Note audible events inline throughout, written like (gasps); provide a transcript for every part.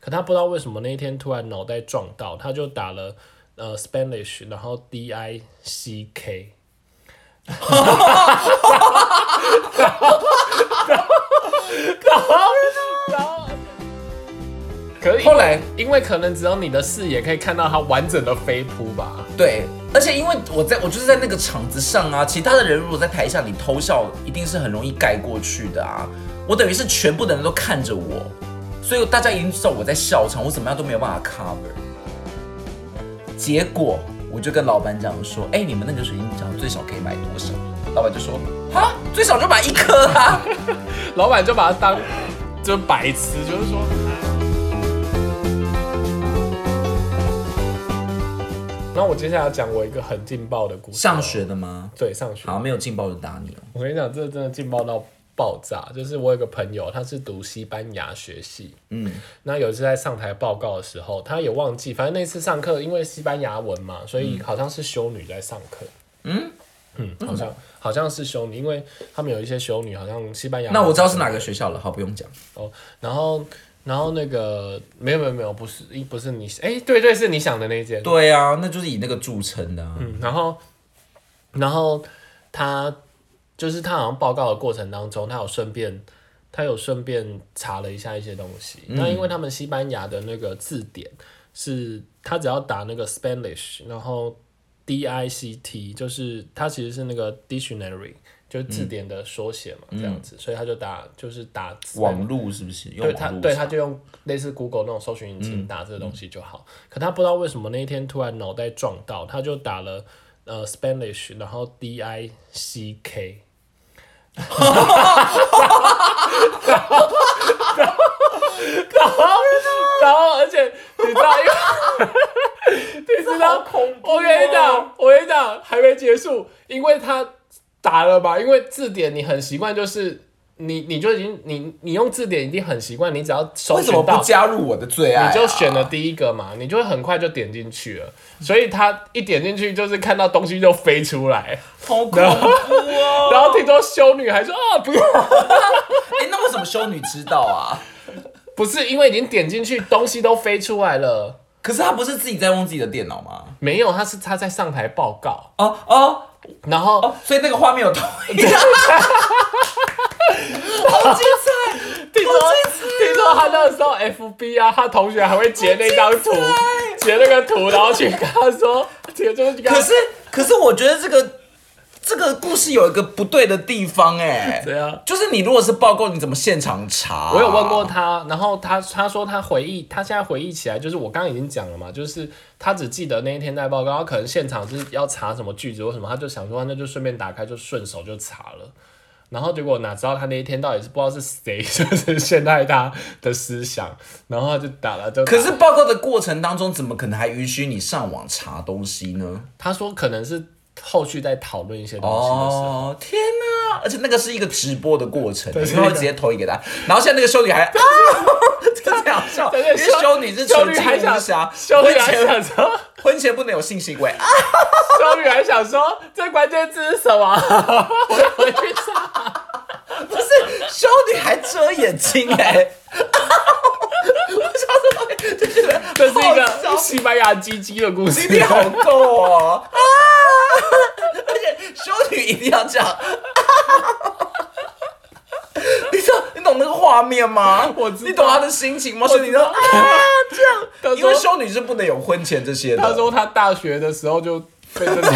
可他不知道为什么那一天突然脑袋撞到，他就打了呃 Spanish，然后 D I C K，可以。后来因为可能只有你的视野可以看到他完整的飞扑吧。对，而且因为我在我就是在那个场子上啊，其他的人如果在台下你偷笑，一定是很容易盖过去的啊。我等于是全部的人都看着我，所以大家一定知道我在笑场，我怎么样都没有办法 cover。结果我就跟老板讲说，哎、你们那个水晶饺最少可以买多少？老板就说，啊，最少就买一颗啊。 (laughs) 老板就把他当就白痴，就是说。那我接下来要讲我一个很劲爆的故事。上学的吗？对上学，好，没有劲爆就打你哦。我跟你讲，这真的劲爆到爆炸。就是我有个朋友，他是读西班牙学系，嗯，那有一次在上台报告的时候，他也忘记，反正那次上课因为西班牙文嘛，所嗯以好像是修女在上课。嗯嗯，好像好像是修女，因为他们有一些修女，好像西班牙文。那我知道是哪个学校了，好，不用讲。哦，然后然后那个没有没有没有，不是一不是你哎，对对，是你想的那一间。对啊，那就是以那个著称的、啊。嗯，然后然后他就是他好像报告的过程当中，他有顺便他有顺便查了一下一些东西。那因为他们西班牙的那个字典是，他只要打那个 Spanish，然后 D I C T，就是它其实是那个 dictionary，就是字典的缩写嘛，这样子，所以他就打就是打网络是不是？用对网他，络嗯对他就用类似 Google 那种搜寻引擎打这个东西就好。可他不知道为什么那一天突然脑袋撞到，他就打了呃 Spanish，然后 D I C K，然后而且你知道，因为你知道，我跟 (laughs) 你讲，我跟你讲，还没结束，因为他打了吧，因为字典你很习惯，就是你你就已经你你用字典已经很习惯，你只要搜为什寻么不啊到。加入我的最爱、你就选了。第一个嘛，你就会很快就点进去了，所以他一点进去就是看到东西就飞出来，好恐怖 (laughs) 哦！然后听说修女还说啊不要，哎、那为什么修女知道 (laughs) 啊？不是因为已经点进去东西都飞出来了，可是她不是自己在用自己的电脑吗？没有，他是他在上台报告，哦哦然后哦，所以那个画面有投影。 (laughs) 好精彩！听说听说他那个时候 FB 啊，他同学还会截那张图好精，彩截那个图，然后去跟他说，截就是去跟他 (laughs) 可是可是，我觉得这个这个故事有一个不对的地方哎、怎样就是你如果是报告，你怎么现场查？我有问过他，然后他他说他回忆，他现在回忆起来，就是我刚刚已经讲了嘛，就是他只记得那一天在报告，他可能现场是要查什么句子或什么，他就想说那就顺便打开就顺手就查了，然后结果哪知道他那一天到底是不知道是谁，就是陷害他的思想，然后他就打了就打可是报告的过程当中，怎么可能还允许你上网查东西呢？他说可能是后续在讨论一些东西的时候。哦，天哪！而且那个是一个直播的过程，对然后直接投影给他，然后现在那个修女 (laughs) 还啊， (laughs) 真的好笑，对因对为修修女是修纯女净还想无瑕，修婚女还前想说，婚前不能有性行为啊，修女还想说，这关键字是什么？我回去查。不是修女还遮眼睛 (laughs) 哎，这是一好糟个西班牙鸡鸡的故事今。天好够哦啊，而且修女一定要这样。 (laughs) 啊你知道你懂那个画面吗？我知道你懂她的心情吗？所以你知道啊，这样，因为修女是不能有婚前这些的。他说他大学的时候就被这些，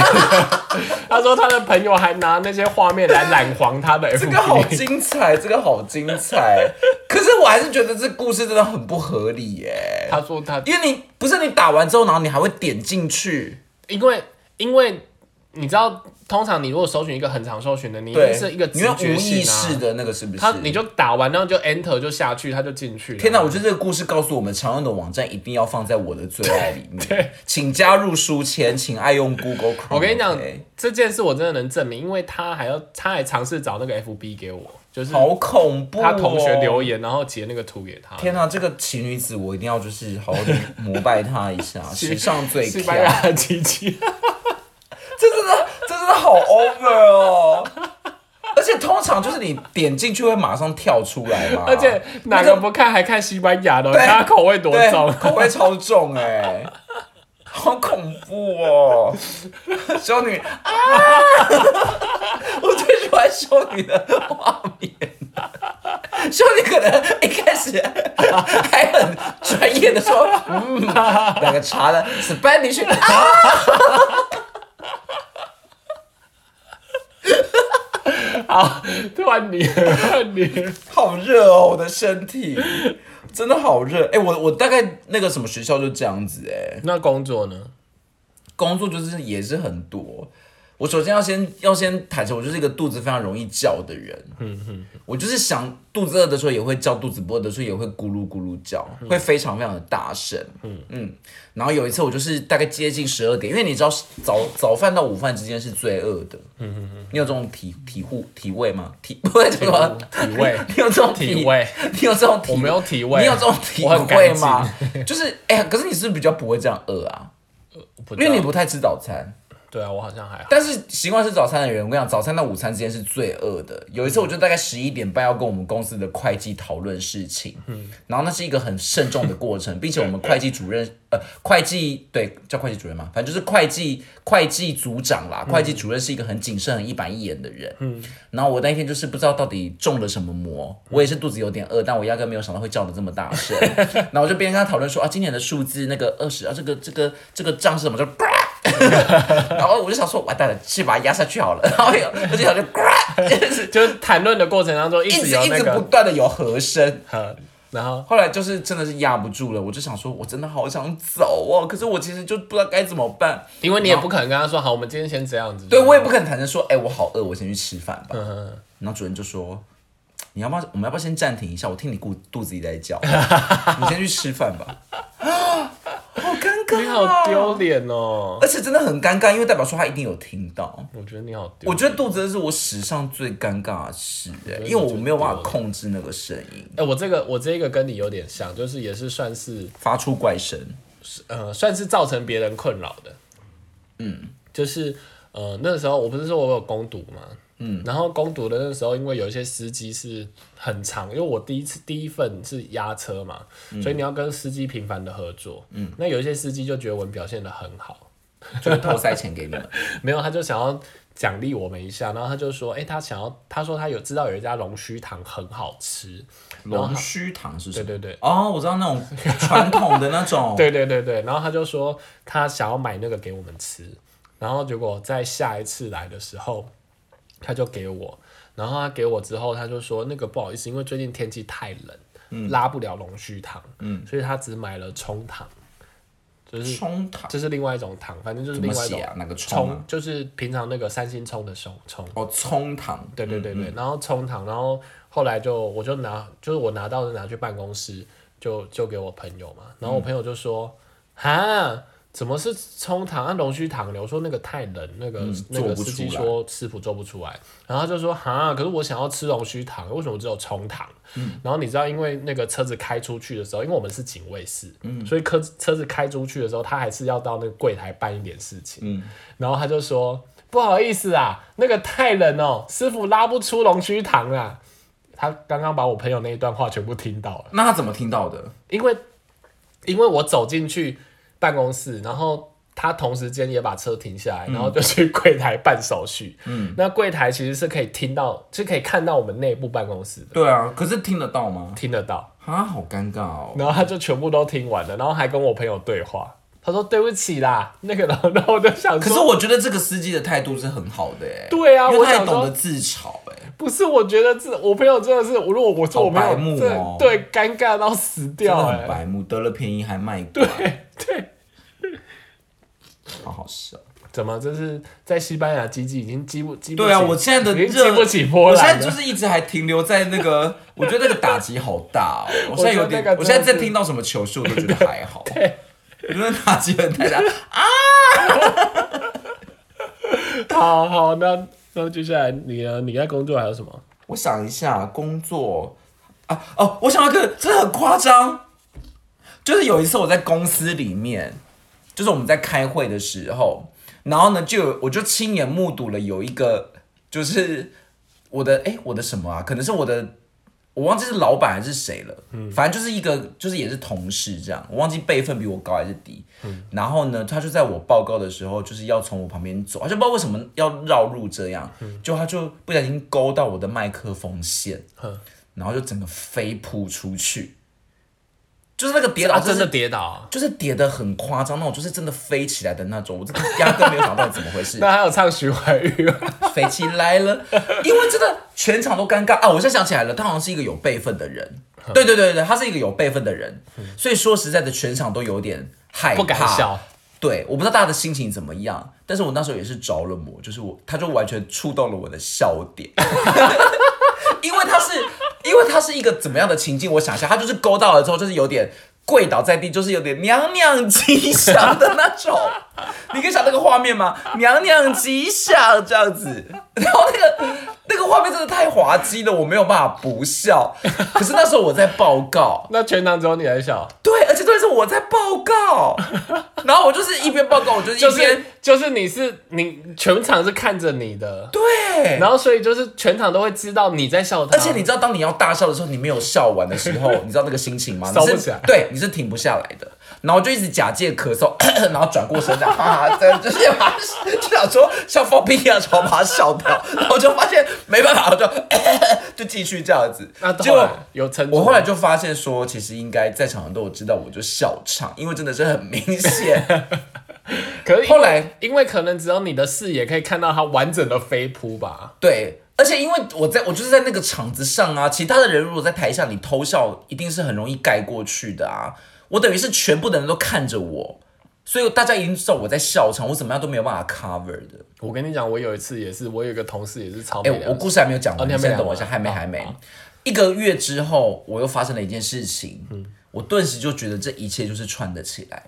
(laughs) 他说他的朋友还拿那些画面来染黄他的 FB。 (laughs) 这个好精彩，这个好精彩。可是我还是觉得这故事真的很不合理耶，他说他因为你不是你打完之后，然后你还会点进去，因为因为你知道，通常你如果搜寻一个很常搜寻的，你一对，定是一个直你会觉无意识性啊。的那个是不是？他你就打完，然后就 Enter 就下去，他就进去了。天哪！我觉得这个故事告诉我们，常用的网站一定要放在我的最爱里 (laughs) 面，请加入书签，请爱用 Google Chrome。我跟你讲 OK？，这件事我真的能证明，因为他还要，他还尝试找那个 FB 给我，就是好恐怖、哦！他同学留言，然后截那个图给他。天哪，这个奇女子我一定要就是好好的膜拜她一 (laughs) 下，史上最西强，班牙 (laughs) 机器。这真的这真的好 over 哦！而且且通常就是你点进去会马上跳出来嘛，而且哪个不看还看西班牙的，看它口味多对重。 (laughs) 口味超重哎、好恐怖哦，修女啊！ (laughs) 我最喜欢修女的画面。修女可能一开始还很专业的说，嗯，两个茶的 Spanish 啊，好，换你，换你。 (laughs) 好热哦，我的身体真的好热。哎、我我大概那个什么学校就这样子哎、 (laughs) 那工作呢？工作就是也是很多。我首先要先要先坦诚，我就是一个肚子非常容易叫的人。嗯哼，我就是想肚子饿的时候也会叫，肚子不饿的时候也会咕噜咕噜叫，会非常非常的大声。嗯嗯，然后有一次我就是大概接近十二点，因为你知道早早饭到午饭之间是最饿的。嗯哼哼，你有这种体体悟体味吗？体 (laughs) 不会什么体味 (laughs) 你有这种体味？你有这种体？我没有体味你有这种体我很会干净吗？就是哎、呀，可是你是不是比较不会这样饿啊？不知因为你道不太吃早餐。对啊，我好像还好。但是习惯吃早餐的人，我跟你讲，早餐到午餐之间是最饿的。有一次，我就大概十一点半要跟我们公司的会计讨论事情，嗯，然后那是一个很慎重的过程，并且我们会计主任，呃，会计对叫会计主任嘛，反正就是会计会计组长嗯啦，会计主任是一个很谨慎、很一板一眼的人，嗯，然后我那天就是不知道到底中了什么魔，我也是肚子有点饿，但我压根没有想到会叫的这么大 (laughs) 声，然后我就边跟他讨论说啊，今年的数字那个二十啊，这个这个这个账是什么？就呱。 (laughs) 然后我就想说，完蛋了，去把它压下去好了。 (laughs) 然后有，我就想就呱，就是就是谈论的过程当中，一一直直有一那直不个，断的有和声。呵 (laughs) 然后后来就是真的是压不住了，我就想说，我真的好想走哦，可是我其实就不知道该怎么办。因为你也不可能跟他说好，我们今天先这样子。对我也不可能坦诚说，哎、我好饿，我先去吃饭吧。嗯，然后主任就说，你要不要，我们要不要先暂停一下？我听你肚肚子里在 (laughs) 叫，你先去吃饭吧。 (gasps) 啊，好尴尬、啊你好丢，脸哦！而且真的很尴尬，因为代表说他一定有听到。我觉得你好丢我。觉得肚子饿是我史上最尴尬的事、欸，因为我没有办法控制那个声音，哎、我这个我这个跟你有点像，就是也是算是发出怪声。呃，算是造成别人困扰的。嗯，就是呃那时候我不是说我有攻读嘛，嗯，然后攻读的那时候，因为有一些司机是很长，因为我第一次第一份是押车嘛，所以你要跟司机频繁的合作，嗯，那有一些司机就觉得我们表现的很好，就会偷塞钱给 (laughs) 你们。没有他就想要。奖励我们一下，然后他就说：“哎、他想要，他说他有知道有一家龙须糖很好吃，龙须糖是对什么？对对，，哦，我知道那种传统的那 (laughs) 种对对对对，然后他就说他想要买那个给我们吃，然后结果在下一次来的时候，他就给我，然后他给我之后，他就说那个不好意思，因为最近天气太冷，嗯拉不了龙须糖，所以他只买了冲糖，就是冲糖。这是另外一种糖，反正就是怎么另外一种写啊？哪个冲冲，啊？就是平常那个三星冲的手冲。哦，冲糖。对对对对，然后冲糖，然后后来就我就拿，就是我拿到的拿去办公室，就就给我朋友嘛，然后我朋友就说，哈，怎么是冲糖？啊，龙须糖呢？我说那个太冷，那个、那做个不司机出来说师傅做不出来，然后他就说，哈，可是我想要吃龙须糖，为什么只有冲糖？嗯然后你知道，因为那个车子开出去的时候，因为我们是警卫室，嗯所以车车子开出去的时候，他还是要到那个柜台办一点事情，嗯然后他就说：“不好意思啊，那个太冷哦，师傅拉不出龙须糖啊。”他刚刚把我朋友那一段话全部听到了，那他怎么听到的？因为因为我走进去办公室，然后他同时间也把车停下来，嗯然后就去柜台办手续。嗯，那柜台其实是可以听到，是可以看到我们内部办公室的，对啊，可是听得到吗？听得到。啊，好尴尬哦。然后他就全部都听完了，然后还跟我朋友对话。他说：“对不起啦，那个。” (laughs) 然后然后我就想可是说，我觉得这个司机的态度是很好的哎、对啊因为我他也想说懂得自嘲哎、不是，我觉得这我朋友真的是，如果我做我朋好友，白目哦真的对尴尬到死真掉的哎、很白目，得了便宜还卖乖，对，好好笑。怎么这是在西班牙积极已经积不积不起？对啊，我现在的已经热积不起波我现在澜了。就是一直还停留在 (laughs) 那个，我觉得那个打击好大哦，我现在有我觉得那点个真，的我现在在是啊听到什么球数我都觉得还 (laughs) 好，我觉得打击很太大。好好，那那接下来你呢？你在工作还有什么？我想一下，工作啊哦，我想到一个，真的很夸张，就是有一次我在公司里面，就是我们在开会的时候，然后呢，就有我就亲眼目睹了有一个就是我的哎、我的什么啊？可能是我的，我忘记是老板还是谁了。嗯反正就是一个，就是也是同事这样，我忘记辈分比我高还是低。嗯然后呢，他就在我报告的时候，就是要从我旁边走，他就不知道为什么要绕路这样，嗯就他就不小心勾到我的麦克风线，哼然后就整个飞扑出去。就是那个跌倒，啊，就是真的跌倒啊！就是跌得很夸张那种，就是真的飞起来的那种，我真的压根没有想到怎么 (laughs) 回事，那还有唱徐怀 (laughs) 钰吗？飞起来了，因为真的全场都尴尬啊！我现在想起来了，他好像是一个有辈分的人，嗯对对对对，他是一个有辈分的人，所以说实在的，全场都有点害怕，不敢笑，对，我不知道大家的心情怎么样，但是我那时候也是着了魔，就是我，他就完全触动了我的笑点， (laughs) 因为他是，因为他是一个怎么样的情境，我想一下，他就是勾到了之后，就是有点跪倒在地，就是有点娘娘吉祥的那种， (laughs) 你可以想那个画面吗？娘娘吉祥这样子，然后那个那个画面真的太滑稽了，我没有办法不笑，可是那时候我在报告。那全场只有你在笑，对，而且重点是我在报 (laughs) 告，然后我就是一边报告，我就就一边、是就是你是你全场是看着你的，对。然后所以就是全场都会知道你在笑他，而且你知道，当你要大笑的时候，你没有笑完的时 (laughs) 候，你知道那个心情吗？烧不你是起来对，你是停不下来的。然后就一直假借咳嗽， (clears throat) 然后转过身来，哈哈，这样就是要把就想说像放屁一样，然后把它笑掉。然后就发现没办法，我就 (clears throat) 就继续这样子。那结后果来有撑住吗，我后来就发现说，其实应该在场的都有知道，我就笑场，因为真的是很明显。 (laughs) 可是因为后来因为可能只有你的视野可以看到他完整的飞扑吧，对，而且因为我在我就是在那个场子上啊，其他的人如果在台下你偷笑，一定是很容易盖过去的啊。我等于是全部的人都看着我，所以大家已经知道我在笑场，我怎么样都没有办法 cover 的。我跟你讲，我有一次也是，我有一个同事也是超哎、没良我心故事还没有讲哦完，你还你没先讲等我完一下，还没哦还没好。一个月之后，我又发生了一件事情，嗯我顿时就觉得这一切就是串得起来。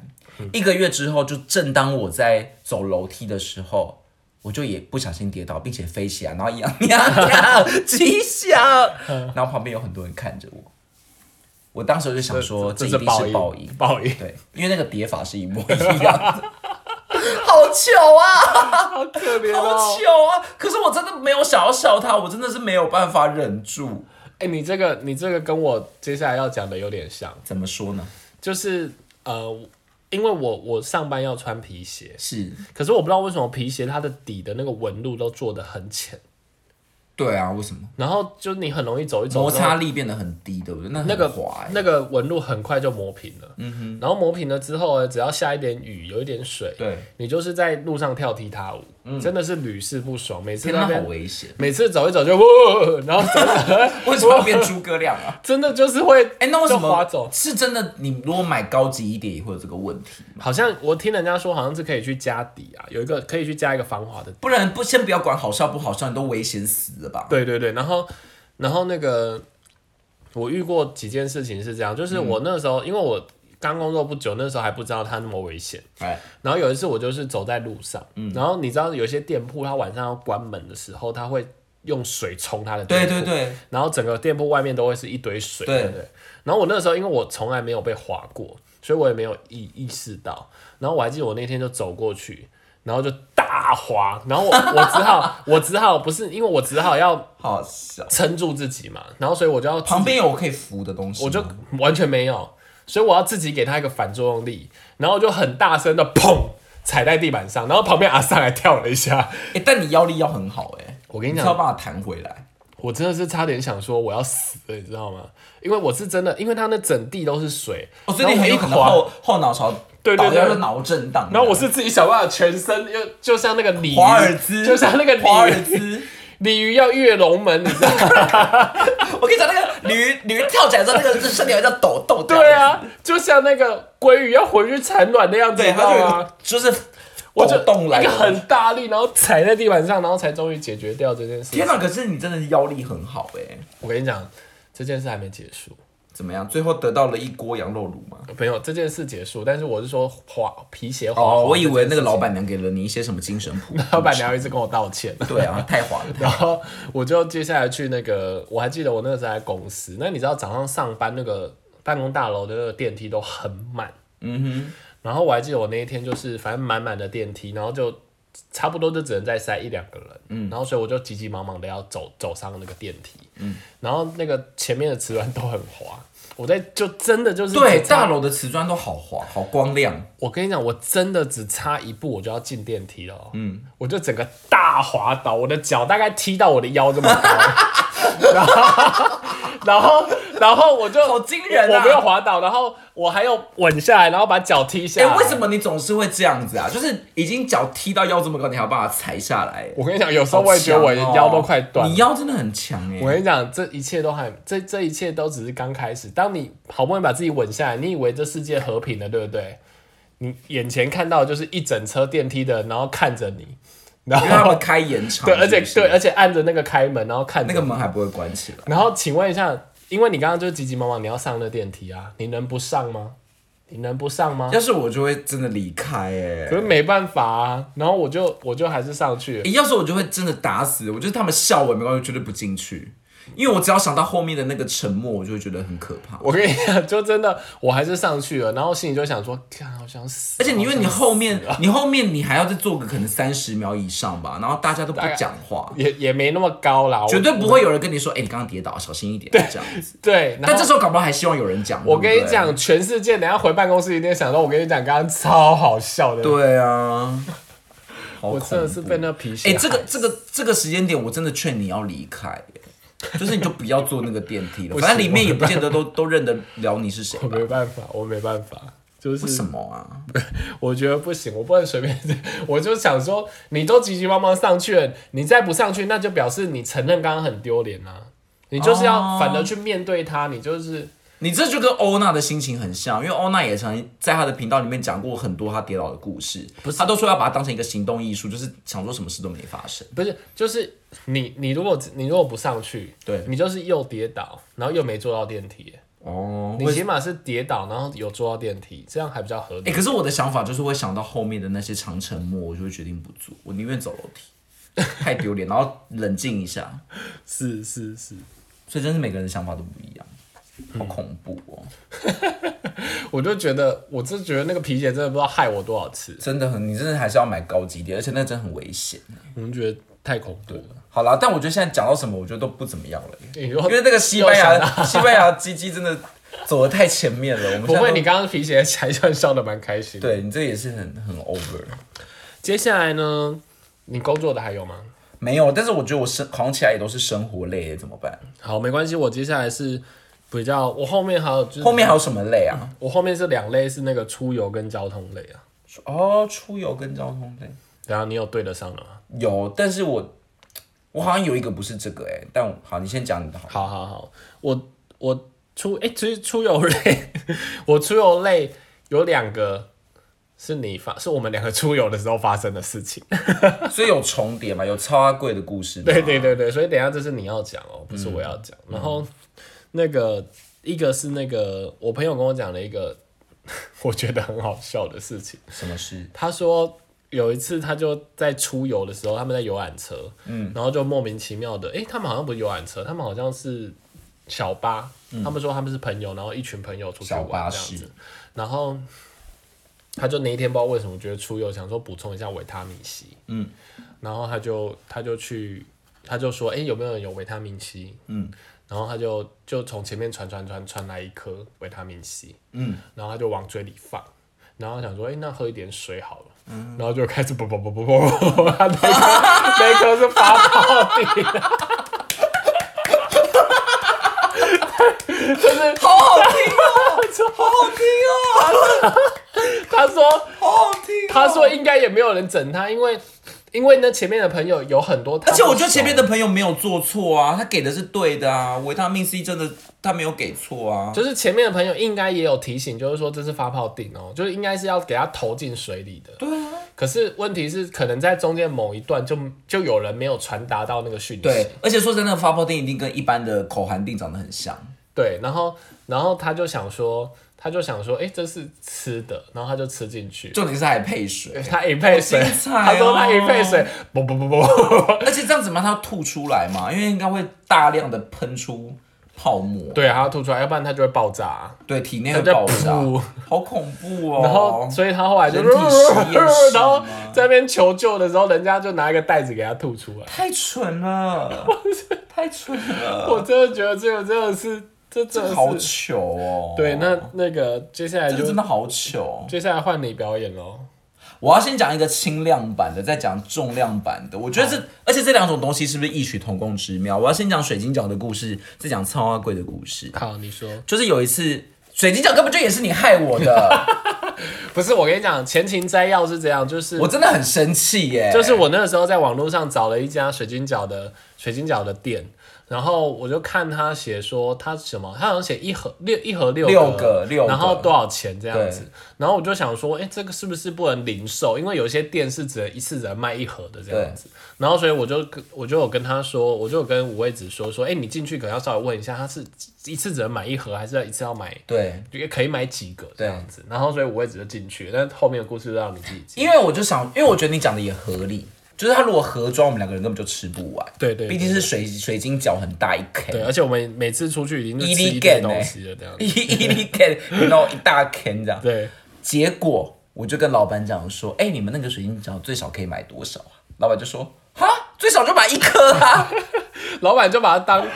一个月之后，就正当我在走楼梯的时候，我就也不小心跌倒，并且飞起来，然后一样喵喵吉祥，嗯然后旁边有很多人看着我，我当时就想说，这一这定是是报报应应，报应对，因为那个叠法是一模一样的， (laughs) 好糗啊！好可怜好哦。糗啊！可是我真的没有想要笑他，我真的是没有办法忍住。哎、你这个你这个跟我接下来要讲的有点像，怎么说呢？就是呃，因为我我上班要穿皮鞋，是，可是我不知道为什么皮鞋它的底的那个纹路都做的很浅，对啊，为什么然后就你很容易走一走摩擦力变得很低，对不对？那那那个滑、欸，那个纹路很快就磨平了，嗯哼，然后磨平了之后呢，只要下一点雨，有一点水，对，嗯你就是在路上跳踢踏舞，真的是屡试不爽，每次天那哪，好边危险！每次走一走就呜，然后真的？为什么要变诸葛亮啊真的就是会哎、那为什 (laughs) 就滑么走？是真的？你如果买高级一点，也会有这个问题。好像我听人家说，好像是可以去加底啊，有一个可以去加一个防滑的。不然不先不要管好笑不好笑，你都危险死了吧？对对对，然后然后那个我遇过几件事情是这样，就是我那时候、因为我刚工作不久，那时候还不知道它那么危险。哎，然后有一次我就是走在路上，然后你知道有些店铺它晚上要关门的时候，它会用水冲它的店对铺，对对，然后整个店铺外面都会是一堆水，对对不对？然后我那时候因为我从来没有被划过，所以我也没有意意识到。然后我还记得我那天就走过去，然后就大滑，然后我我只 (laughs) 好我只好不是因为我只好要好笑。撑住自己嘛，然后所以我就要自己旁边有我可以扶的东西吗，我就完全没有，所以我要自己给他一个反作用力，然后我就很大声的砰踩在地板上，然后旁边阿上来跳了一下，哎、但你腰力要很好哎、我跟你你讲是要，把它弹回来。我真的是差点想说我要死了，你知道吗？因为我是真的，因为他那整地都是水，哦，所以你很有可能然后我一滑，后后脑勺对对倒掉对就脑震荡。然后我是自己想办法全身又就像那个鲤鱼，华尔 (laughs) 兹，就像那个华尔鲤鱼，兹。 (laughs) 鲤鱼要跃龙门，你知道吗？我跟你讲，那个驴 (laughs) 驴跳起来之后，那个身体有在抖动。对，啊，就像那个鲑鱼要回去产卵那样子，对，你知它道就有吗个？就是我就抖动来一的个很大力，然后踩在地板上，然后才终于解决掉这件事天。哪！可是你真的腰力很好哎、我跟你讲，这件事还没结束，怎么样？最后得到了一锅羊肉卤吗？没有这件事结束，但是我是说滑皮鞋滑。哦，我以为那个老板娘给了你一些什么精神 (laughs) 谱。老板娘一直跟我道歉，对啊，太滑 (laughs) 了。太然后我就接下来去那个，我还记得我那个时候在公司，那你知道早上上班那个办公大楼的那个电梯都很满，嗯然后我还记得我那一天就是反正满满的电梯，然后就差不多就只能再塞一两个人，嗯，然后所以我就急急忙忙的要走走上那个电梯，嗯，然后那个前面的瓷砖都很滑，我在就真的就是对，只差大楼的瓷砖都好滑，好光亮。我跟你讲，我真的只差一步我就要进电梯了、哦，嗯，我就整个大滑倒，我的脚大概踢到我的腰这么高， (laughs) 然后然后然后我就好惊人啊我我没有滑倒，然后我还有稳下来，然后把脚踢下哎、来，为什么你总是会这样子啊？就是已经脚踢到腰这么高，你还要把它踩下来？我跟你讲，有时候我也觉得我的腰都快断了哦你。腰真的很强哎、我跟你讲，这一切都还这这一切都只是刚开始。当你好不容易把自己稳下来，你以为这世界和平了，对不对？你眼前看到的就是一整车电梯的，然后看着你，然因为他后们开延长，对，而且是不对，是而且按着那个开门，然后看着那个门还不会关起来。然后请问一下，因为你刚刚就急急忙忙你要上那电梯啊，你能不上吗？你能不上吗？要是我就会真的离开哎、可是没办法啊，然后我就我就还是上去了欸要是我就会真的打死，我觉得他们笑我也没关系，我绝对不进去，因为我只要想到后面的那个沉默，我就会觉得很可怕。我跟你讲，就真的我还是上去了，然后心里就想说，看好想死，啊而且你因为你好想 (laughs) 后面，啊你后面你还要再做个可能三十秒以上吧，然后大家都不大概讲 (laughs) 话，也也没那么高啦，我绝对不会有人跟你说，哎、你刚刚跌倒，小心一点，这样子。对。然但这后时候搞不好还希望有人讲。我跟对你不对，讲，全世界等一下回办公室一定想到，我跟你讲，刚刚超好笑的，(laughs) 对啊，好我恐怖哦真的是被那皮鞋哎、害死。这个这个这个时间点，我真的劝你要离开耶，就是你就不要坐那个电梯 (laughs) 了，不行反正里面也不见得都 (laughs) 都认得了你是谁我吧？没办法，我没办法，就为是什么啊？我觉得不行，我不能随便。我就想说，你都急急忙忙上去了，你再不上去，那就表示你承认刚刚很丢脸啊。你就是哦要反而去面对他，你就是你这就跟欧娜的心情很像，因为欧娜也曾在她的频道里面讲过很多她跌倒的故事，她都说要把它当成一个行动艺术，就是想说什么事都没发生。不是就是你你如果你如果不上去，对你就是又跌倒，然后又没坐到电梯。哦，你起码是跌倒，然后有坐到电梯，这样还比较合哎、理。可是我的想法就是会想到后面的那些长沉默，我就会决定不做，我宁愿走楼梯，太丢脸，然后冷静一下。是是是，所以真是每个人的想法都不一样，好恐怖哦，我就觉得，我就觉得那个皮鞋真的不知道害我多少次，真的很，你真的还是要买高级点，而且那真的很危险。啊我们觉得太恐怖了。好啦，但我觉得现在讲到什么，我觉得都不怎么样了耶，你说因为那个西班牙 (laughs) 西班牙鸡鸡真的走的太前面了，我们不现在会，都你刚刚皮鞋还算笑的蛮开心的。对你这也是很很 over。接下来呢，你工作的还有吗？没有，但是我觉得我生狂起来也都是生活类耶，怎么办？好，没关系，我接下来是比较，我后面还有就是后面还有什么类啊？我后面是两类是那个出游跟交通类啊。哦，出游跟交通类然后你有对得上的吗？有，但是我我好像有一个不是这个哎，但我好，你先讲你的好了。好好好，我我出哎、其实出游类， (laughs) 我出游类有两个是你发，是我们两个出游的时候发生的事情。所以有重叠嘛，有超阿贵的故事嘛。对对对对，所以等一下这是你要讲哦，不是我要讲。然后那个一个是那个我朋友跟我讲了一个 (laughs) 我觉得很好笑的事情，什么事？他说有一次他就在出游的时候，他们在游览车，嗯，然后就莫名其妙的，诶、他们好像不是游览车，他们好像是小巴，他们说他们是朋友，然后一群朋友出去嗯小巴玩这样士子，然后。他就那一天不知道为什么觉得出游，想说补充一下维他命 C，嗯，然后他就他就去，他就说，诶，有没有人有维他命 C？嗯，然后他就就从前面传传传传来一颗维他命 C，嗯，然后他就往嘴里放，然后想说，哎、那喝一点水好了。嗯然后就开始啵啵啵啵啵啵，他那颗那颗是发泡体，好好听哦，好好听哦，他说好好听、哦他说，应该也没有人整他，因为因为那前面的朋友有很多他不而且熟，我觉得前面的朋友没有做错啊，他给的是对的啊，维他命 C 真的他没有给错啊。就是前面的朋友应该也有提醒，就是说这是发泡定哦，就是应该是要给他投进水里的。对啊，可是问题是，可能在中间某一段就就有人没有传达到那个讯息。对，而且说真的，发泡定一定跟一般的口含定长得很像。对，然后然后他就想说，他就想说，哎、这是吃的，然后他就吃进去。重点是还配水，他一配水，好精彩哦他说他一配水，不不不不， (laughs) 而且这样子嘛，它要吐出来嘛，因为应该会大量的喷出泡沫，对，它要吐出来，要不然它就会爆炸。对，体内它会在爆炸噗，好恐怖哦。然后，所以他后来就人体实验室 (laughs) 然后吗在那边求救的时候，人家就拿一个袋子给他吐出来。太蠢 (laughs) 了，太蠢了，我真的觉得这个真的是，这真的好是糗哦。对。那那个接下来这个就真的好糗。接下来换你表演喽。我要先讲一个轻量版的，再讲重量版的。我觉得这，而且这两种东西是不是异曲同工之妙？我要先讲水晶饺的故事，再讲苍花龟的故事。好，你说。就是有一次，水晶饺根本就也是你害我 (laughs) 的，不是，我跟你讲，前情摘要是这样，就是我真的很生气耶。就是我那个时候在网络上找了一家水晶饺的水晶饺的店，然后我就看他写说他什么，他好像写一盒六一盒六六个六个然后多少钱这样子，然后我就想说，哎、这个是不是不能零售？因为有些店是只能一次只能卖一盒的这样子，然后所以我就跟我就有跟他说，我就有跟五位子说说，哎、你进去可能要稍微问一下，他是一次只能买一盒，还是要一次要买？对，也可以买几个这样子，然后所以五位子就进去，但后面的故事就让你自己记。因为我就想，因为我觉得你讲的也合理，就是它如果盒装，我们两个人根本就吃不完。对对对毕竟是水水晶饺很大一 K。对，而且我们每次出去已经就一吃粒一堆干东欸西了，这样子。 (laughs) 一一粒 can，然后一大 can 这样。对，结果我就跟老板讲说，哎、你们那个水晶饺最少可以买多少啊？老板就说，哈，最少就买一颗 (laughs) 啊。老板就把他当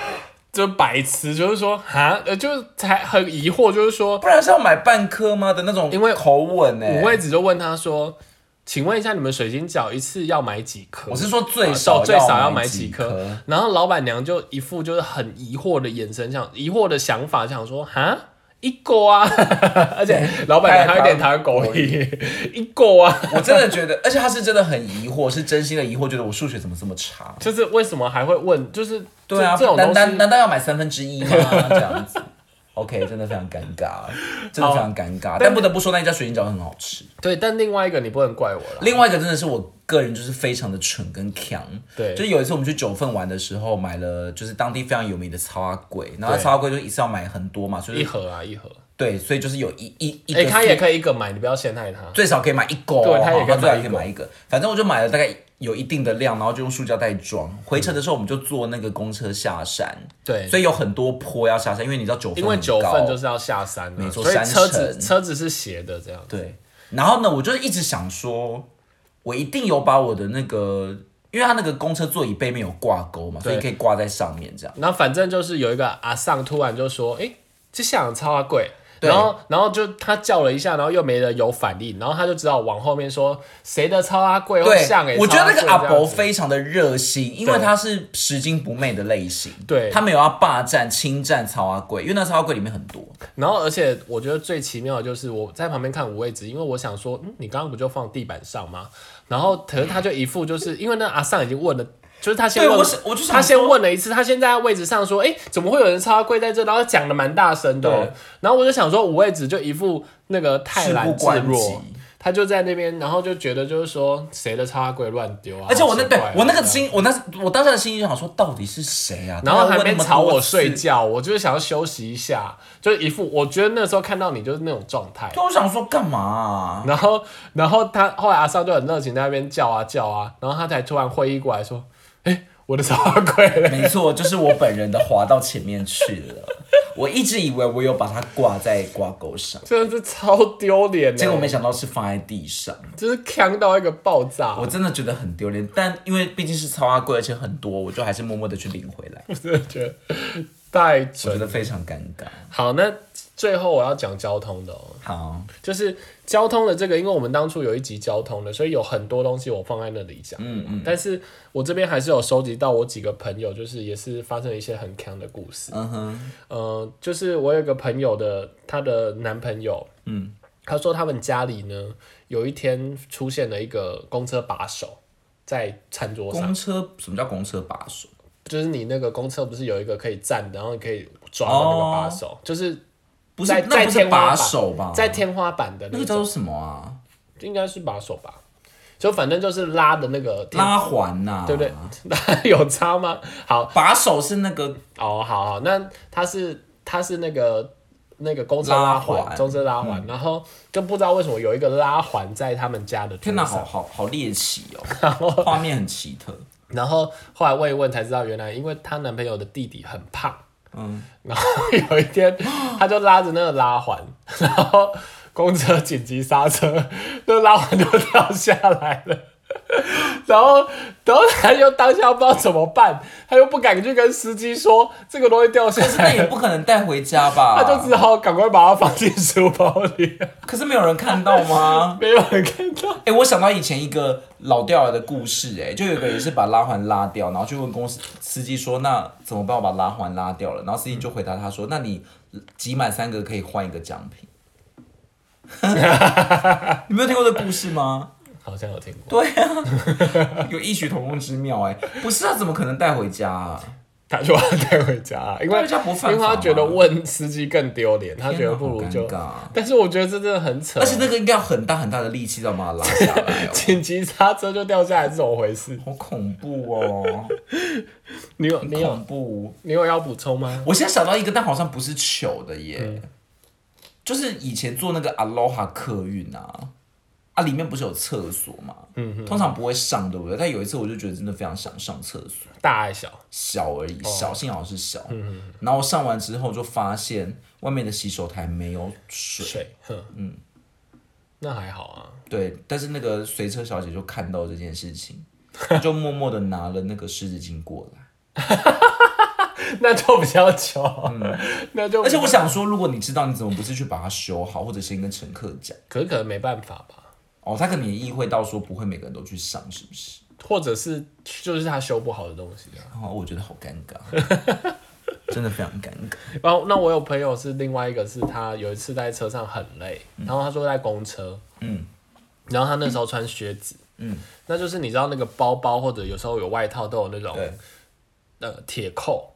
就白痴，就是说哈，呃，就是才很疑惑，就是说不然是要买半颗吗的那种，因为口吻欸呢、五位子就问他说，请问一下你们水晶饺一次要买几颗？我是说最手哦少最少要买买几颗颗，，然后老板娘就一副就是很疑惑的眼神，想疑惑的想法，想说哈。一个啊， (laughs) 而且老板娘还有点台湾狗屁，一个啊， (laughs) 我真的觉得，而且他是真的很疑惑，是真心的疑惑，觉得我数学怎么这么差？就是为什么还会问？就是对啊，这这种东西，难难难道要买三分之一吗？这样子。OK，真的非常尴尬，真的非常尴 (laughs) 尬。但不得不说，那一家水晶饺很好吃。对，但另外一个你不能怪我了。另外一个真的是我个人就是非常的蠢跟强，对就是有一次我们去九份玩的时候，买了就是当地非常有名的草阿龟，然后草阿龟就一次要买很多嘛，所一以盒啊，一盒。对，所以就是有一一一哎、个他也可以一个买，你不要陷害他。最少可以买一狗，对他也可以买一好个最少可以买一个，反正我就买了大概有一定的量，然后就用塑胶袋装。回程的时候我们就坐那个公车下山，嗯对，所以有很多坡要下山，因为你知道九份因为很九高份就是要下山、啊，错所以山车子城车子是斜的这样。对，然后呢，我就是一直想说，我一定有把我的那个，因为它那个公车座椅背面有挂钩嘛，所以对可以挂在上面这样。然后反正就是有一个阿尚突然就说：“哎、这下场超啊贵。”对然后，然后就他叫了一下，然后又没人有反应，然后他就只好往后面说谁的超阿贵会对像哎、欸，我觉得那超个阿贵这样伯子非常的热心，因为对他是拾金不昧的类型，对他没有要霸占、侵占曹阿贵，因为那曹阿贵里面很多，然后，而且我觉得最奇妙的就是我在旁边看五位子，因为我想说，嗯，你刚刚不就放地板上吗？然后，可是他就一副就是因为那阿尚已经问了。就是他先对问，我是我就想他先说问了一次，他先在位置上说：“哎、怎么会有人超他跪在这？”然后讲的蛮大声的哦、对然后我就想说，五位子就一副那个泰事然不自关己若。，他就在那边，然后就觉得就是说谁的插柜乱丢啊！而且我好那奇对怪啊我那个，心，我那我当时的心里就想说，到底是谁啊？然后还他要问没那么吵多我次睡觉，我就是想要休息一下，就是一副我觉得那时候看到你就是那种状态，对，我想说干嘛啊？然后，然后他后来阿尚就很热情在那边叫啊叫啊，然后他才突然会意过来说：“哎、我的超贵了。 (laughs) 没错，就是我本人的滑到前面去了。我一直以为我有把它挂在挂钩上”，真的是超丢脸的，结果没想到是放在地上，就是呛到一个爆炸我，真的觉得很丢脸。但因为毕竟是超阿贵，而且很多，我就还是默默的去领回来，我真的觉得太我觉蠢。得非常尴尬。好，那最后我要讲交通的哦，好，就是交通的这个，因为我们当初有一集交通的，所以有很多东西我放在那里讲。嗯嗯。但是我这边还是有收集到我几个朋友，就是也是发生了一些很强的故事。嗯哼，呃，就是我有一个朋友的，她的男朋友，嗯，他说他们家里呢，有一天出现了一个公车把手在餐桌上，公车什么叫公车把手？就是你那个公车不是有一个可以站的，然后你可以抓的那个把手，哦就是不是在，那在不是天花把板手吧？在天花板的那那个个，叫做什么啊？应该是把手吧，就反正就是拉的那个天，拉环呐、对不对？ (laughs) 拉有差吗？好把手是那个哦，好好，那他是他是那个。那个公车拉拉环，环嗯公车拉环，然后就不知道为什么有一个拉环在他们家的桌天上。哪，好好好猎奇哦，画面很奇特。然后后来问一问才知道，原来因为她男朋友的弟弟很胖，嗯，然后有一天他就拉着那个拉环， (laughs) 然后公车紧急刹车，那拉环就掉下来了。 (laughs) 然后，然后他又当下不知道怎么办，他又不敢去跟司机说这个东西掉下可是 (laughs) 那来也了，不可能带回家 (laughs) 吧？他就只好赶快把它放进书包里， (laughs) 可是没有人看到吗？没有人看到。哎、我想到以前一个老掉牙的故事、哎，就有一个也是把拉环拉掉，然后就问公司司机说：“那怎么办？我把拉环拉掉了。”然后司机就回答他说：“那你集满三个可以换一个奖品。” (laughs) 你没有听过这故事吗？好像有听过，对啊，有异曲同工之妙哎、不是啊，怎么可能带回家啊？他就把它带回家，因为带回家不因犯为法吗他觉得问司机更丢脸，他觉得不如就天哪哎好尴尬。啊但是我觉得这真的很扯而，且那个应该要很大很大的力气才把它拉下来、(laughs) 哦，紧急刹车就掉下来，这怎么回事？好恐怖哦，你有你有恐怖。你有要补充吗？我现在想到一个，但好像不是糗的耶，就是以前做那个 Aloha 客运啊，啊，里面不是有厕所嘛，通常不会上，对不对？但有一次我就觉得真的非常想上厕所，大还小？小而已，小幸好是小，然后上完之后就发现外面的洗手台没有水，水，哼，嗯，那还好啊。 (laughs) 对，但是那个随车小姐就看到这件事情，她就默默的拿了那个湿纸巾过来。那就比较久， (laughs) 那就嗯而且我，想说，如果你知道，你怎么不是去把它修好，或者先跟乘客讲？可是可能没办法吧，哦，他可能也意会到说不会每个人都去上，是不是？或者是就是他修不好的东西啊。然后我觉得好尴尬，真的非常尴尬。然后那我有朋友是另外一个是他有一次在车上很累，然后他说在公车，嗯，然后他那时候穿靴子，嗯，那就是你知道那个包包或者有时候有外套都有那种对呃铁扣，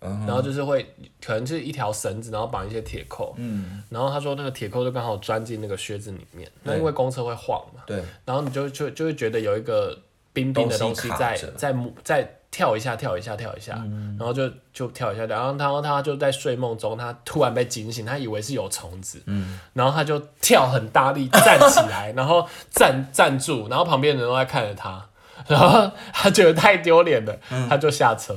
嗯然后就是会可能就是一条绳子，然后绑一些铁扣，嗯，然后他说那个铁扣就刚好钻进那个靴子里面，那对因为公车会晃嘛，对，然后你就就就会觉得有一个冰冰的东东西西卡在着嗯在摸在跳一下跳一下跳一下，然后就就跳一下，然后他然后他就在睡梦中，他突然被惊醒，他以为是有虫子，嗯然后他就跳很大力站起 (laughs) 来，然后站站住，然后旁边的人都在看着他，然后他觉得太丢脸了，嗯他就下车，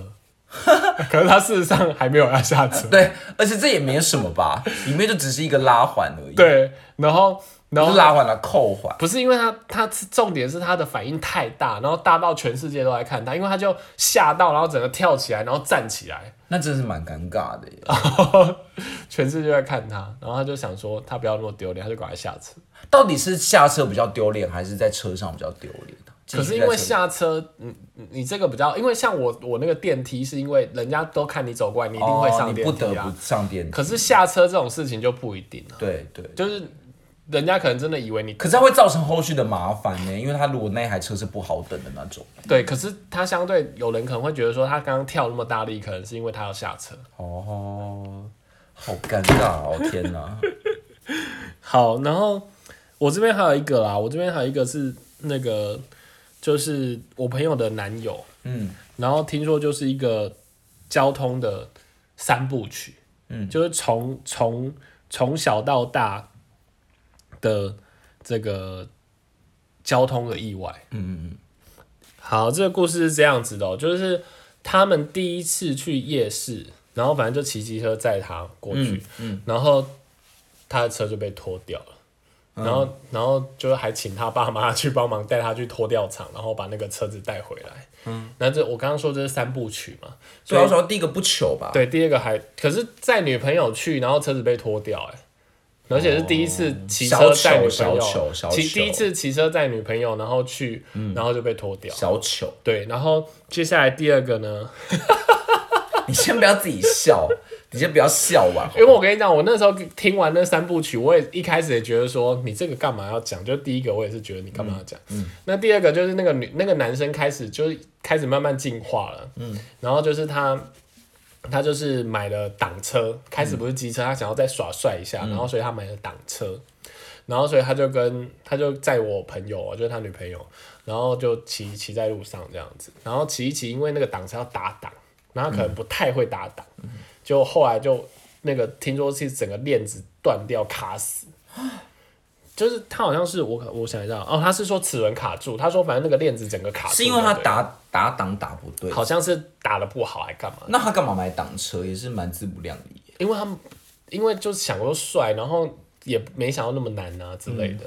可是他事实上还没有要下车， (laughs) 对，而且这也没什么吧，里面就只是一个拉环而已，，对，然后然后不是拉环了，扣环。不是因为他，他重点是他的反应太大，然后大到全世界都在看他，因为他就吓到，然后整个跳起来，然后站起来，那真的是蛮尴尬的耶。全世界都在看他，然后他就想说他不要那么丢脸，他就赶快下车。到底是下车比较丢脸，还是在车上比较丢脸？啊可是因为下车，你你你这个比较，因为像我我那个电梯是因为人家都看你走过来，你一一定会上哦你不电得梯啊。不上电梯。可是下车这种事情就不一定了，对对，就是人家可能真的以为你可是它会造成后续的麻烦呢，因为他如果那一台车是不好等的那种。对，可是他相对有人可能会觉得说他刚刚跳那么大力，可能是因为他要下车。哦，好尴尬哦！天哪，好，然后我这边还有一个啦，我这边还有一个是那个，就是我朋友的男友，嗯，然后听说就是一个交通的三部曲，嗯，就是从从从小到大的这个交通的意外，嗯嗯嗯。好，这个故事是这样子的、哦，就是他们第一次去夜市，然后反正就骑机车载他过去，嗯，然后他的车就被拖掉了。嗯然后，然后就是还请他爸妈去帮忙带他去拖吊场，然后把那个车子带回来。嗯，那这我刚刚说这是三部曲嘛，主要说第一个不糗吧，对，第二个还可是载女朋友去，然后车子被拖掉、欸，而且是第一次骑车小载女糗朋哦小友糗，小骑糗第一次骑车载女朋友，然后去，然后就被拖掉。小糗。 (laughs) 对，然后接下来第二个呢，你先不要自 (laughs) 己笑，你先不要笑完。因为我跟你讲，我那时候听完那三部曲，我也一开始也觉得说，你这个干嘛要讲？就第一个，我也是觉得你干嘛要讲。那第二个就是那个女那个男生开始就是开始慢慢进化了。嗯，然后就是他。他就是买了挡车，开始不是机车，他想要再耍帅一下，然后所以他买了挡车，然后所以他就跟他就载我朋友，就是他女朋友，然后就骑骑在路上这样子，然后骑一骑，因为那个挡车要打档，然后他可能不太会打档，嗯就 (gasps) 后来就那个听说是整个链子断掉卡死，就是他好像是我我想一下哦，他是说齿轮卡住，他说反正那个链子整个卡住了，是因为他对打打档打不对。好像是打的不好还干嘛？那他干嘛买挡车也是蛮自不量力耶。因为他们因为就是想说帅，然后也没想到那么难啊之类的，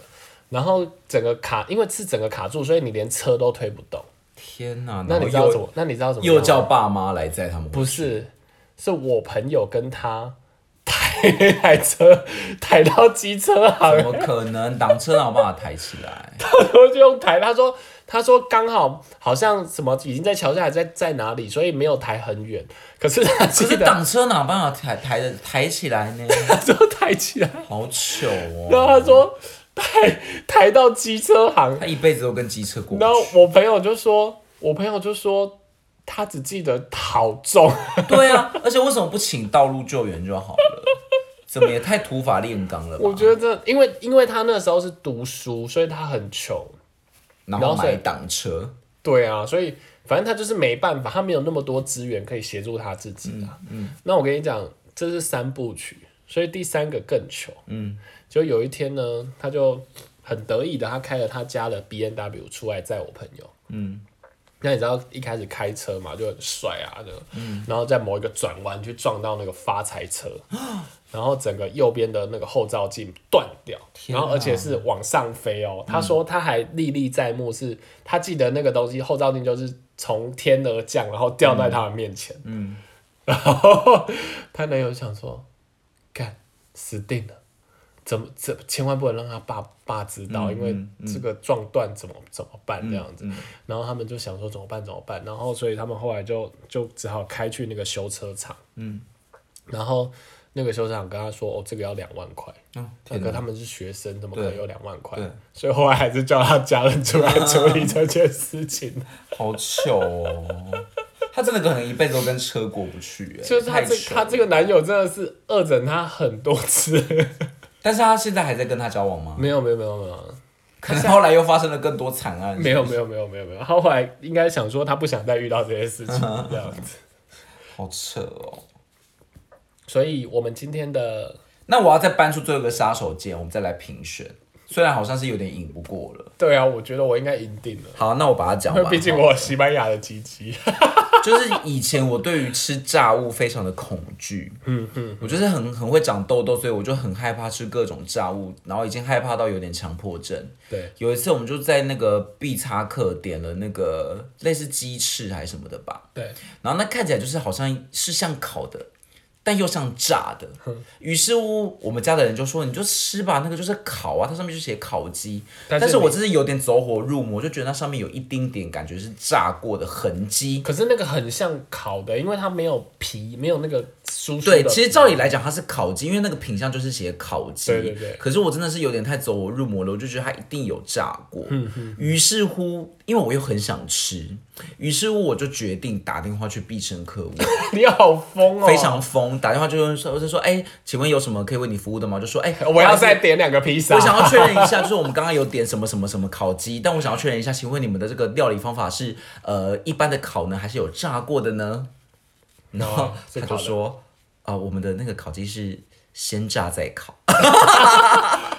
然后整个卡因为是整个卡住，所以你连车都推不动。天哪、那然后你知道又怎么？那你知道怎么样吗？又叫爸妈来载他们？不，是，是我朋友跟他抬 (laughs) 那台车抬到机车行怎，么可能？挡车哪有办法抬起 (laughs) 来？我就用抬。他说他说刚好好像什么已经在桥下，还在在哪里，所以没有抬很远。可是他可是记得挡车哪有办法抬抬的抬起来呢？ (laughs) 他说抬起来，好糗然哦！后他说 (laughs) 抬抬到机车行，他一辈子都跟机车过然不后去。我朋友就说，我朋友就说他只记得好重，对啊，而且为什么不请道路救援就好了？怎么也太土法炼钢了吧？ (laughs) 我觉得这因为因为他那时候是读书，所以他很穷。然然后后所以买挡车，对啊，所以反正他就是没办法，他没有那么多资源可以协助他自己啊。嗯，那我跟你讲，这是三部曲，所以第三个更糗。嗯，就有一天呢，他就很得意的，他开了他家的 B N W 出来载我朋友。嗯，那你知道一开始开车嘛，就很帅啊，就，嗯、然后在某一个转弯去撞到那个发财 (gasps) 车，然后整个右边的那个后照镜断掉，天然啊后而且是往上飞哦。他说他还历历在目是，他记得那个东西后照镜就是从天而降，然后掉在他的面前。嗯，然后她男友就想说，干死定了。怎么怎千万不能让他爸爸知道，嗯因为这个撞断怎么怎么办这样子，然后他们就想说怎么办怎么办，然后所以他们后来就就只好开去那个修车厂，嗯然后那个修车厂跟他说，哦，这个要两万块，嗯，可是他们是学生，怎么可能有两万块对？所以后来还是叫他家人出来处理这件事情。 (laughs) 好糗哦！他真的可能一辈子都跟车过不去，哎就是他太这糗他这个男友真的是恶整他很多次， (laughs) 但是他现在还在跟他交往吗？没有没有没有没有可能后来又发生了更多惨 (laughs) 案。没有没有没有没有没有，他后来应该想说他不想再遇到这些 (laughs) 事情这样子，好扯哦。所以我们今天的那我要再搬出最后一个杀手锏，我们再来评选。虽然好像是有点赢不过了。对啊，我觉得我应该赢定了，好，那我把它讲因为 (laughs) 完。毕竟我有西班牙的鸡 (laughs) 鸡，就是以前我对于吃炸物非常的恐惧，嗯嗯，我就是很很会长痘痘，所以我就很害怕吃各种炸物，然后已经害怕到有点强迫症。对，有一次我们就在那个必叉客点了那个类似鸡翅还是什么的吧，对，然后那看起来就是好像是像烤的，但又像炸的。于是乎，我们家的人就说：“你就吃吧，那个就是烤啊，它上面就写烤鸡。”但但是是你我真是有点走火入魔，我就觉得那上面有一丁点感觉是炸过的痕迹。可是那个很像烤的，因为它没有皮，没有那个酥酥对，的其实照理来讲它是烤鸡，因为那个品相就是写烤鸡。对对对可是我真的是有点太走火入魔了，我就觉得它一定有炸 (laughs) 过。嗯于是乎，因为我又很想吃，于是乎我就决定打电话去必胜客问。 (laughs) 你好疯哦！非常疯，打电话就问说，我就说，哎、请问有什么可以为你服务的吗？就说，哎、 (laughs) 我要在，再点两个披萨。我想要确认一下，就是我们刚刚有点什么什么什么烤鸡，但我想要确认一下，请问你们的这个料理方法是呃一般的烤呢，还是有炸过的呢？然 (laughs) 后哦是他烤就的说，啊、我们的那个烤鸡是先炸再 (laughs) 烤。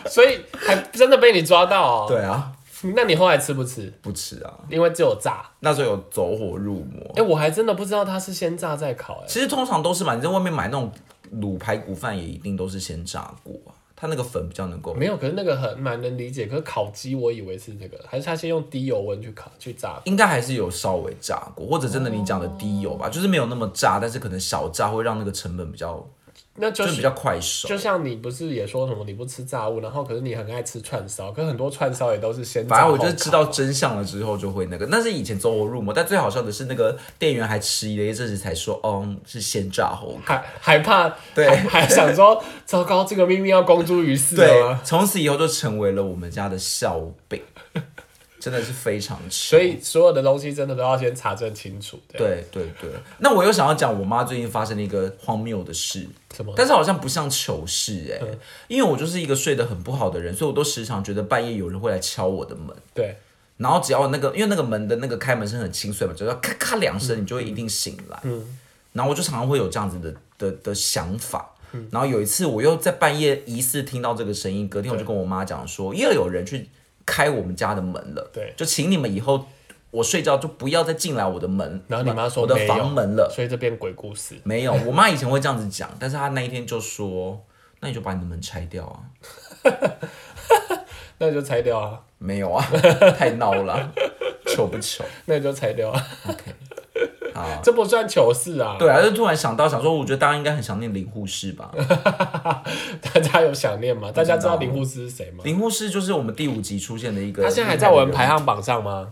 所以还真的被你抓到哦。对啊，那你后来吃不吃？不吃啊，因为只有炸。那时候有走火入魔。哎、我还真的不知道它是先炸再烤、哎，其实通常都是嘛，你在外面买那种卤排骨饭也一定都是先炸过啊，它那个粉比较能够。没有，可是那个很蛮能理解。可是烤鸡，我以为是这个，还是他先用低油温去烤去炸？应该还是有稍微炸过，或者真的你讲的低油哦吧，就是没有那么炸，但是可能小炸会让那个成本比较，那就就是是比较快熟。就像你不是也说什么你不吃炸物，然后可是你很爱吃串烧，可是很多串烧也都是先炸反后正烤。我就是知道真相了之后就会那个，但是以前走火入魔。但最好笑的是，那个店员还迟疑了一阵子才说，嗯，是先炸后烤。还害怕， (laughs) 对还还想说，糟糕，这个秘密要公诸于世了对吗？，从此以后就成为了我们家的笑 (laughs) 柄，真的是非常所所以所有的东西真的都要先查证清楚。对，对对对，那我又想要讲我妈最近发生的一个荒谬的事，什么嗯但是好像不像糗事哎、因为我就是一个睡得很不好的人，所以我都时常觉得半夜有人会来敲我的门，对，然后只要那个因为那个门的那个开门声很清脆嘛，只要嗯咔咔两声，你就会一定醒来。然后我就常常会有这样子的的的想法，嗯然后有一次我又在半夜疑似听到这个声音，隔天我就跟我妈讲说，又有人去开我们家的门了，对就请你们以后我睡觉就不要再进来我的门，然后你妈说我的没有房门 (laughs) 了，所以这变鬼故事。没有，我妈以前会这样子讲，但是她那一天就说，那你就把你的门拆掉啊。那你就拆掉啊，(laughs) 没有啊，太闹了，啊 (laughs) 糗不糗？那你就拆掉啊 OK (laughs) 这不算糗事啊。对啊，就突然想到，想说，我觉得大家应该很想念林护士吧？大家有想念吗？大家知道林护士是谁吗？林护士就是我们第五集出现的一个，他现在还在我们排，行榜上吗？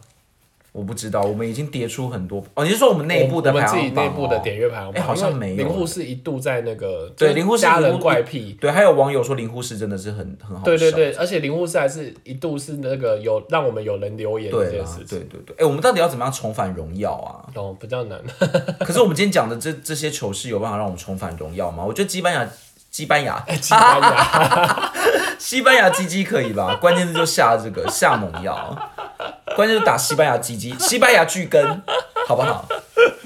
我不知道，我们已经跌出很多哦。你是说我们内部的我排们行自榜、己哦？内部的点阅排行榜，哎好像没有因为林护士一度在那个对林护士家一人度怪癖，对，还有网友说林护士真的是很很好笑，对对对，而且林护士还是一度是那个有让我们有人留言这对件啦事，情，对对对，哎、我们到底要怎么样重返荣耀啊？ (laughs) 哦，比较难。可是我们今天讲的这这些糗事，有办法让我们重返荣耀吗？我觉得西班牙，西班牙，西班牙，西班牙鸡鸡可以吧？ (laughs) 关键是就下这个下猛药，关键是打西班牙鸡鸡，西班牙巨根，好不好？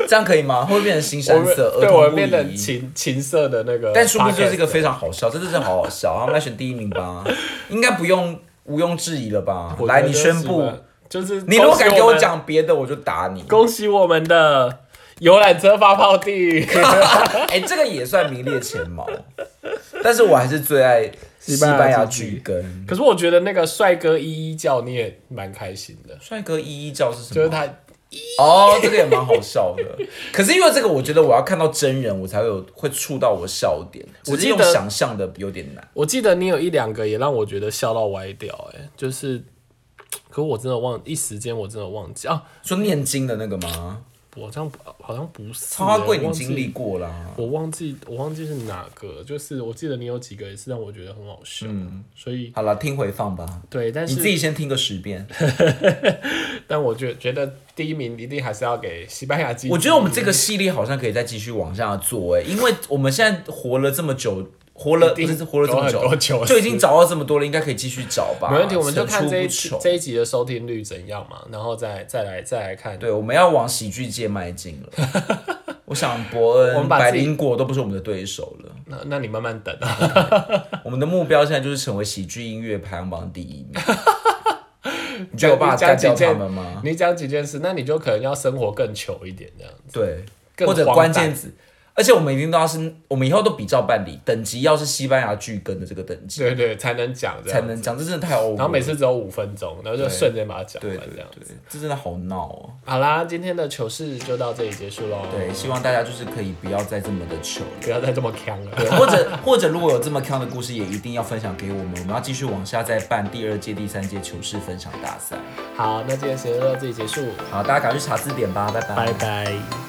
这样可以吗？会不会变成新我山们色，儿对我童们不变得宜。情情色的那个 podcast，但殊不知这是一个非常好笑，这真的是好好笑。好我们来选第一名吧，应该不用毋庸置疑了吧？我觉得来，你宣布，就是你如果敢恭喜给我我们，讲别的，我就打你。恭喜我们的游览车发泡 (laughs) 地，哎、这个也算名列前茅，但是我还是最爱西班牙巨根。可是我觉得那个帅哥一一叫你也蛮开心的，帅哥一一叫是什么？就是他哦，这个也蛮好笑的。可是因为这个，我觉得我要看到真人，我才会有会触到我笑点。我只是记得用想象的有点难。我记得你有一两个也让我觉得笑到歪掉、哎，就是，可我真的忘一时间我真的忘记啊，说念经的那个吗？我好像不好像不是、超花贵哎你忘记经历过啦。我忘记我忘记是哪个，就是我记得你有几个也是让我觉得很好笑，所以好了，听回放吧。对，但嗯你是自己先听个十遍。但我觉觉得第一名一定还是要给西班牙鸡。我觉得我们这个系列好像可以再继续往下做哎、因为我们现在活了这么久，活了一不定是活了这么有很多久，糗事就已经找到这么多了，应该可以继续找吧。没问题，我们就层看出这一不集穷这一集的收听率怎样嘛，然后再再来再来看。对，我们要往喜剧界迈进了。 (laughs) 我想伯我恩、们把百自己灵果都不是我们的对手了。 (laughs) 那那你慢慢等啊。我们的目标现在就是成为喜剧音乐排行榜 (laughs) 第一名。你觉得我爸讲干几掉他件们吗？你讲几件事，那你就可能要生活更糗一点这样子。对，更或者荒关诞键词，而且我们一定都要是，我们以后都比照办理，等级要是西班牙巨根的这个等级对对，才能讲这才样。能讲，这真的太 over 了。然后每次只有五分钟，然后就瞬间把它讲对完对这样。对，这真的好闹哦。好啦，今天的糗事就到这里结束喽。对，希望大家就是可以不要再这么的糗了。不要再这么强了。对，或者或者如果有这么康的故事，也一定要分享给我们，我们要继续往下再办第二届、第三届糗事分享大赛。好，那今天时间就到这里结束，好，大家赶快去查字典吧，拜拜拜。拜。